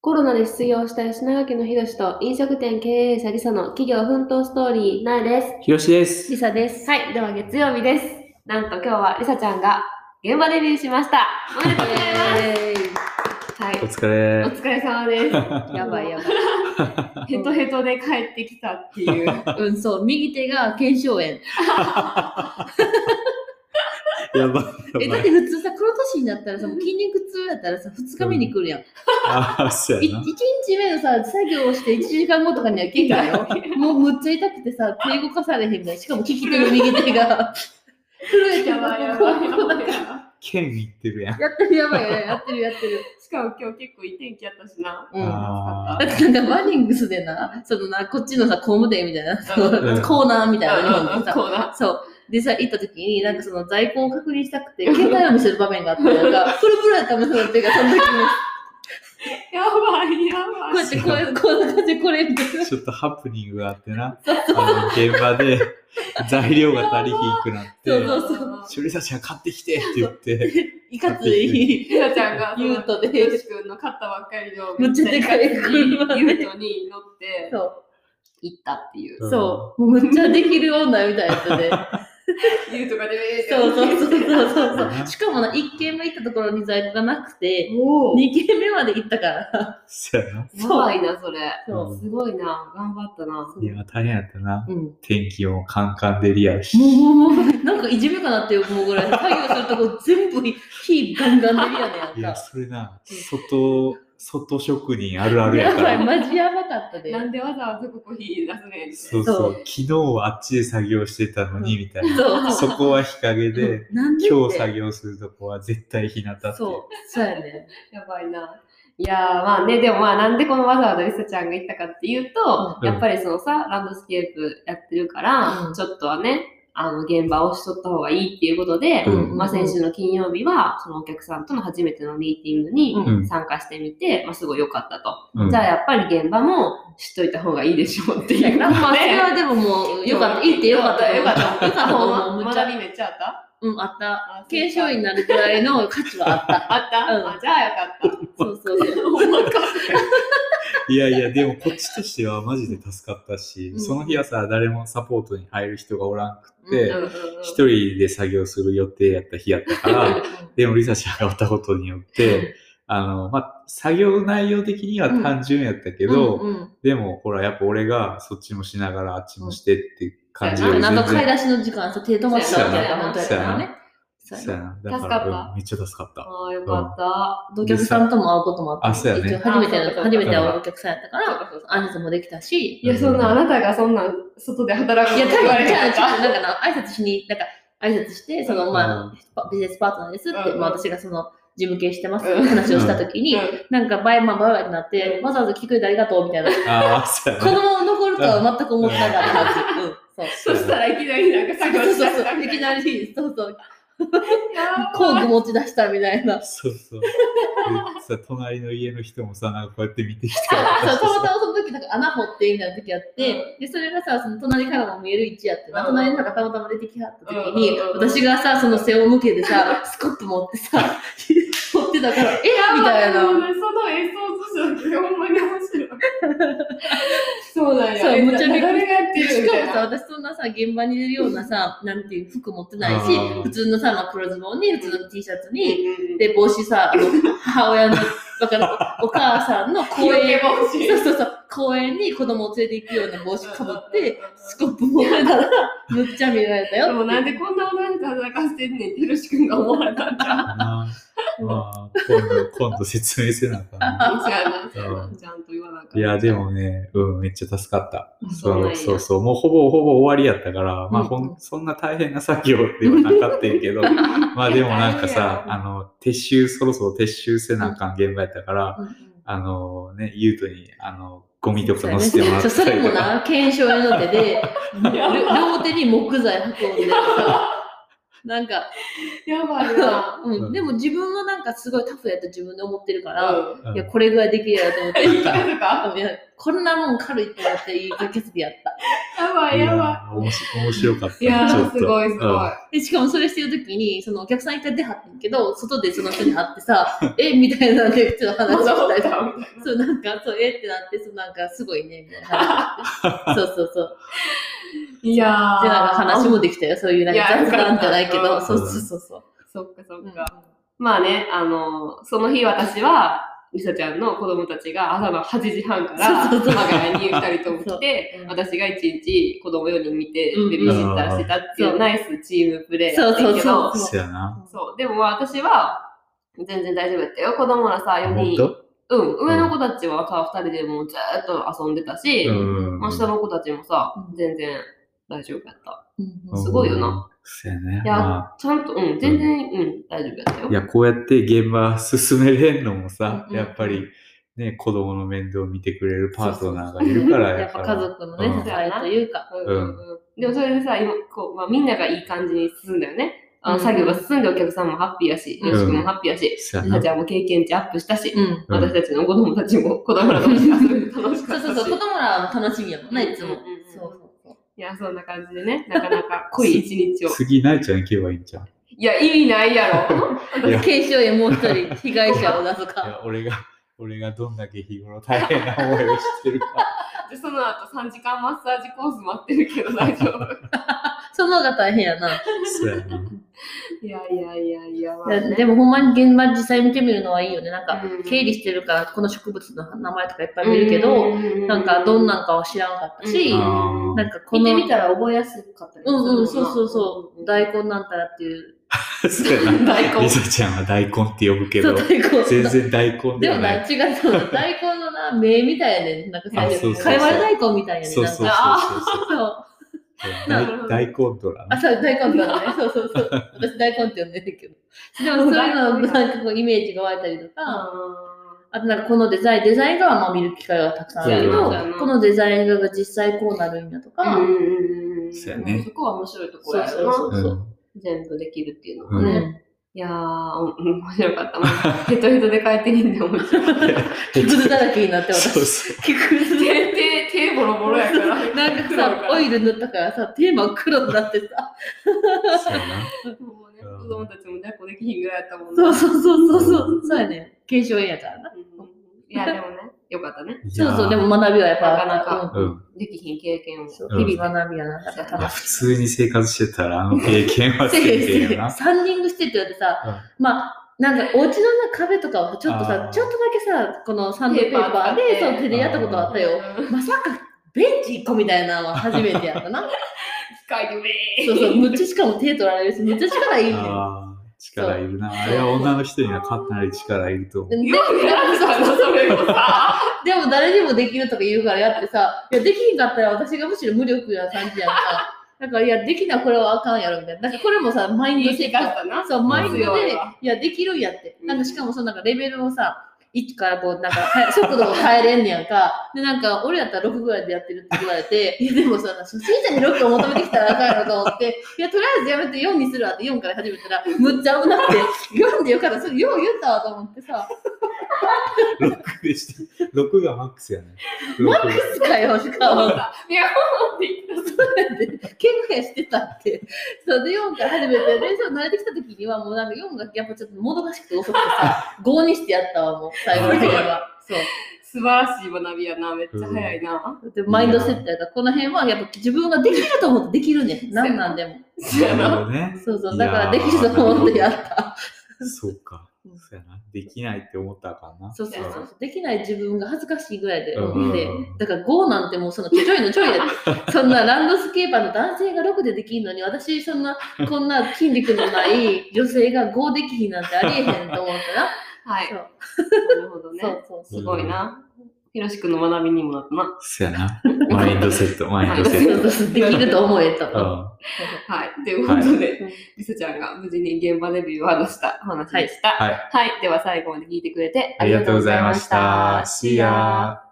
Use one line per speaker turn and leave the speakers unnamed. コロナで失業した吉永家のひろしと飲食店経営者リサの企業奮闘ストーリーなえで。
ひろしです
リ
す。
サです。はい、では月曜日です。なんと今日はリサちゃんが現場デビューしました。おめでとうございます。は
お
い、
疲
お
れ。
疲れ様です。
やばいやば
ヘトヘトで帰ってきたっていう。
い。うん、そう、右手が腱鞘炎。
やばい
え、
や
だ
ば
っ
い。
て普通さ、黒年になったらさ、もう筋肉痛やったらさ、2日目に来るやん。
ああ、そう
い
や
1
な。
日目のさ、作業をして1時間後とかには来たよ。もうむっちゃ痛くてさ、手動かされへんねん。しかも利き手の右手が。震えて
や
る
ばいや
こ
ば
う
いや
こう
ばいや
剣いってるやん。
やってるやばいよね。やってるやってる。
しかも今日結構いい天気やったしな。
うん。だ
あ
ってなんか、バニングスでな、そのな、こっちのさ、工務店みたいな、
うん
コーナーみたいなの
うん
にさ、
こうな。
そう。でさ、行った時に、なんかその在庫を確認したくて、携帯を見せる場面があって、なんか、プルプルやったの、その手が、その時に、
やばいや
こう
ば
や
い。
って、こうやって、こんな感じでこれ、みたいな
あ。ちょっとハプニングがあってな。あの現場 で材料が足りひんくなって、
そうそう
しゅりさちゃん買ってきてって言って、
いかつい、
リサちゃんがその
ユートで
よし君の買ったばっかりの
むっちゃでかい車で
ユートに乗って
そ
行ったっていう。
う、そう、もうむっちゃできる女みたいなやつで、
ユートがで
そうそうそう そうそううんそう。しかもな、1軒目行ったところに在庫がなくて、
おお。
2軒目まで行ったから、
そうやな。
やばいな、それ。
そう。
すごいな。頑張ったな。
いや、大変やったな。
うん
天気もカンカンでリアルし。
もうもうもう、なんかいじめかなって思うぐらい、作業するとこ全部火ガンガン出るやね
い
やん
や、
か。
それな、外、外職人あるあるや
や
か
ばい、
ら。
マジやばかったで。
なんでわざわざここ火出すねん
そう
そ
そうう。昨日はあっちで作業してたのに、みたいな。
そ
そ
う。
こは日陰で、
なんでって
今日作業するとこは絶対日向っていう
そう、そうやね。
やばいな。いやーまあね、でもまあなんでこのわざわざリサちゃんが行ったかっていうと、
うん
やっぱりそのさ、ランドスケープやってるから、
うん
ちょっとはね、あの現場をしとった方がいいっていうことで、
うん
まあ、先週の金曜日はそのお客さんとの初めてのミーティングに
うん
参加してみて、まあ、すごい良かったと、
うん
じゃあやっぱり現場も知っといた方がいいでしょうっていう
まあ、それはでももう、よかった、いいってよかった、
よかった
よかったと思う、むっち
学び
ゃ。
めっちゃあった
うん、あった。
あ
継承医になるくらいの価値はあった。
あった、
うん
あじゃあよかった
そうそうそう。
いやいや、でもこっちとしてはマジで助かったし、
うん
その日はさ、誰もサポートに入る人がおらんくって、
うんうんうん
一人で作業する予定やった日やったから、でもリサちゃんがおったことによって、あの、まあ、作業内容的には単純やったけど、
うんうん
でもほら、やっぱ俺がそっちもしながらあっちもしてって感じ
う
よ
ん
り
なんか
全
買い
然。
出しの時間さ、手止まってたみたいな、本当やったからね。そうや
そう
な
やなだ
助か
か
らっ、た
うんめっちゃ助かった。
ああよかった、
お客さんとも会うこともあった。
あそうやね
一応初めて
あそうか
の、初めて会うお客さんやったか
そう
ら、
かそうか
挨拶もできたし、
いやそんなあなたがそんなん外で働く
いや、多
言われ
分、
へん
じ
か
ゃ
っ
あ、
た
なんかな、挨拶しに、なんか、挨拶して、その、まあ、ビジネスパートナーですって、
うん
まあ、私がその、事務系してますっ
うん
て話をしたときに、
うん
なんか、バイ、まあ、バイバイになって
う、ん
わざわざ来てくれてありがとう、みたいな。
ああ、そうや
この
な。
まま残るとは全く思ってなかった感じ。うん、そう。
そしたらいきなりなんか作業
そう
し
そ
だ
う
し
そ
た
う、
み
い
た
き
いな。
なり、そうそう、
やばい
工具持ち出したみたいな。
そ うそう。でさ、隣の家の人もさ、なんかこうやって 見てきて。
そう、たまたまその時、なんか穴掘ってみたいな時あって、で、それがさ、その隣からも見える位置やってな、
うん
隣の中たまたま出てきはった時に、
うん
私がさ、その背を向け てさ、スコップ持ってさ、 掘ってたから、えみたいな。
そ
そ
の演奏としてほんまに面白い。そうなんや。
う、むちゃ
誰
び
が
っ
やっ
く
て
り。
る
し
み
か
たい
もさ、
な。
私そんなさ、現場に出るようなさ、なんていう服持ってないし
あー、
普通のさ、まあ、黒ズボンに、普通の T シャツに、で、帽子さ、あの、母親の、だから、お母さんの公
声
園、
が欲しい。
そうそうそう、公園に子供を連れて行くような帽子かぶって、スコップ持ってたら、むっちゃ見られた
で
よ。
もなんでこんな女に働かせてんねんって、ひろしくんが思われたんだ。
まあ、まあ、今度、今度説明せなあかんな。
そうやなそうやなちゃんと言わなあかった
いや、でもね、うん、めっちゃ助かった。
そうなん
そ
や
うそうそう。もうほぼほぼ終わりやったから、まあ、
うん
ほん、そんな大変な作業ではなかったんや けど、まあでもなんかさ、あの、撤収、そろそろ撤収せなあかん現場やったから、
うんうん
あのね、ゆうとに、あの、ゴミとか乗せてもらっ
そうそ
た
れ
り
も
とか。
な、検証の手で、
やば
両手に木材運んでさ、なんか、
やばいな。
うん
うん
でも自分はなんかすごいタフやと自分で思ってるから、
うん
うん
いや、これぐらいできるやと思って
言い方とか
いやこんなもん軽いと思っていいかけずでやった。
やばいやば
いや面白面白かった。
い。いや
ちょっ
ー、
と
すごいす
う
ごい
ん。
で、しかもそれしてる時に、そのお客さん一回出はってんけど、外でその人に会って さ、えみたいなんで、ちょっと話したりとか。そう、なんか、そう、えってなって、そう、なんか、すごい ね、みたいな話になって。そうそうそう。
いやー。
で、なんか話もできたよ。そういう、なん
いや
か雑談じゃないけ
よか
ど、
った
そうそうそうそう。
そっかそっ
うん
か。まあね、あの、その日私は、りさちゃんの子供たちが朝の8時半から、
そう
我
そうそう
が家に2人とも来て
そうう、ん
私が1日子供4人見て、
うん
ベビーシッターしてたってい
そうう
ナイスチームプレーやったんやけ
そう
ど、
そやな。
そう、でもまあ私は、全然大丈夫やったよ。子供らさ、4
本
人。
当
うん、上の子たちはさ、2人でもうずーっと遊んでたし、
うん
まあ下の子たちもさ
う、ん
全然大丈夫やった。
うん
すごいよな。
うんそうやね。
いや
ま
ちゃんと、うん、全然、うん、大丈夫やったよ
あ、い。や、こうやって現場進めれんのもさ、
うんうん
やっぱり、ね、子供の面倒を見てくれるパートナーがいるから、
やっぱ
り
家族のね、
うん
支えというか。
うんうんうんでもそれでさ、今こうまあ、みんながいい感じに進んだよね。あの
うん
作業が進んでお客さんもハッピーやし、
うん
よしくんもハッピーやし、
そう
り
や
さ
な
ち。ゃんも経験値アップしたし、
うん。
うん
私たちの子供たちも子供ら とも楽し
そ
かっ
う
たし。
そうそう、子供らの楽しみやもんね、いつも。
うんうんうん
そうそうそう。
いや、そんな感じでね、なかなか濃い一日を。
次、なえちゃん行けばいいんじゃん。い
いや、意味ないやろ。
いや
継承へもう一人、被害者を出すか。
や、俺が、俺がどんだけ日頃大変な思いをしてるか。
でその後3時間マッサージコース待ってるけど大丈夫。
その方が大変やな。
そうやな。
いやいやいやいや、まあ
いや
ね
でもほんまに現場実際見てみるのはいいよね。なんか
うん、
経理してるから、この植物の名前とかいっぱい見るけど、、なんかどんなんかは知らんかったし、
うん
あ
なんかこ
見
の
て、みたら覚えやすかったりす
う
るも
ん
な
うん、そうそうそう、大根なんたらっていう。
ーそうやな。
大根
りさちゃんは大根って呼ぶけ
そう、
ど、
大根。
全然大根で
で
は
も
ない
な、。違う、そう 大根のな、芽みたいやねん。なんか
あ
さ、
そうそうそう
かいわれ大根みたいやねん。
そう
なん
そうそう
か
そうそう。
そう。なるほ
大大根ドラ
あ、
ね。
そう、大根って呼ん だね。そうそうそう。私大根って呼んでるけど。でもそういうの、なんかこう、イメージが湧いたりとか、あとなんかこのデザイン、デザイン画はまあ見る機会がたくさんあるけ
そう
ど
やな、
このデザイン画が実際こうなるんだとか、
うん
そうやね
そこは面白いとこ
そ
ろ
う
や
そうそ
な。
うそう。
全部できるっていうの
う
が
ん
ね。いやー、うん 面白かった。もうヘトヘトで帰ってきんで面白い。
木くずだらけになって
そう
私。
そう。
木く ずで。
手、手、手ボロボロや から。
なんか
黒い
さ、オイル塗ったからさ、テーマ黒になってさ。
そうやな。
もうね、子供たちも抱っこできひんぐらいやったもん
そう
う。
そうそうそうそう。そうやね。継承やからな。
うんいや、でもね、よかったね。
いや
そう
ー
そう、でも学びはやっぱ、
なかなか
う。
うんん
できひん経験を。
そう
うん
日々学びはなかなか
いや
楽し
普通に生活してたらあの経験はせえへん
い。
よな。
サンディングしてって言われてさ、まあ、なんかお家の中壁とかをちょっと
あー
さ、ちょっとだけさ、このサンドペーパー
ペー
で、
パー使っ
そ
て
う手でやったことあったよ。まさか、ベンチ1個みたいなのは初めてや ったな。
機械でウェー
そうそう、むっちゃしかも手取られるし、むっちゃ力いいねん。
あー力いるな。あれは女の人にはかなり力いると思う。
でも
よくやったな、それを さ。
でも誰にもできるとか言うからやってさ、いや、できひんかったら私がむしろ無力な感じやんか。だから、いや、できなこれはあかんやろみたいな。なんかこれもさ、マインド
言い
シェ
聞
イク
かせたな。
そう、マインドで
強いわ、
いや、できるんやって。
うん
なんか、しかも、そのなんか、レベルをさ、1からこう、なんか、 は速度を変えれんねやんか。で、なんか、俺やったら6ぐらいでやってるって言われて、いや、でもさ、初心者に6を求めてきたらあかんやろと思って、いや、とりあえずやめて4にするわって4から始めたら、むっちゃ危なくて、4でよかった、それよう言ったわと思ってさ、
6でした。6がマックスやね。六が
使かよ、しか
そ
も
う。だ。いや、ほんとに
ケンケンしてたって。そうで、4から始めて、で、そう慣れてきた時には、もうなんか4がやっぱちょっともどかしくて遅くてさ、5にしてやったわ、もう、最後の辺は。そう。
素晴らしい学びやな。めっちゃ早いな。
でマインドセットやから、この辺はやっぱ自分ができると思ってできるねん。何なんでも。
そうや
なる
な。
ほどね。
そうそう。
いや
だ
ー
からできると思ってやった。
そうか。そうやな。できないって思ったらあかんな。
そうそうそう。できない自分が恥ずかしいぐらいで
うん
思って。だから5なんてもうそのちょいのちょいやで。そんなランドスケーパーの男性が6でできんのに、私そんな、こんな筋肉のない女性が5できひんなんてありえへんと思ったな。
はい。
そう
なるほどね。
そうそう
すごいな。ひろしくんの学びにもなったな。
そうやな。マインドセット、マインド
そう
セッ
そうそう。できると思えと。
ト。うん
はい。ということで、
はい
りさちゃんが無事に現場デビューを果たした話でした。
はい
はい。では最後まで聞いてくれて
ありがとうございました。
ありがとうございま
See ya!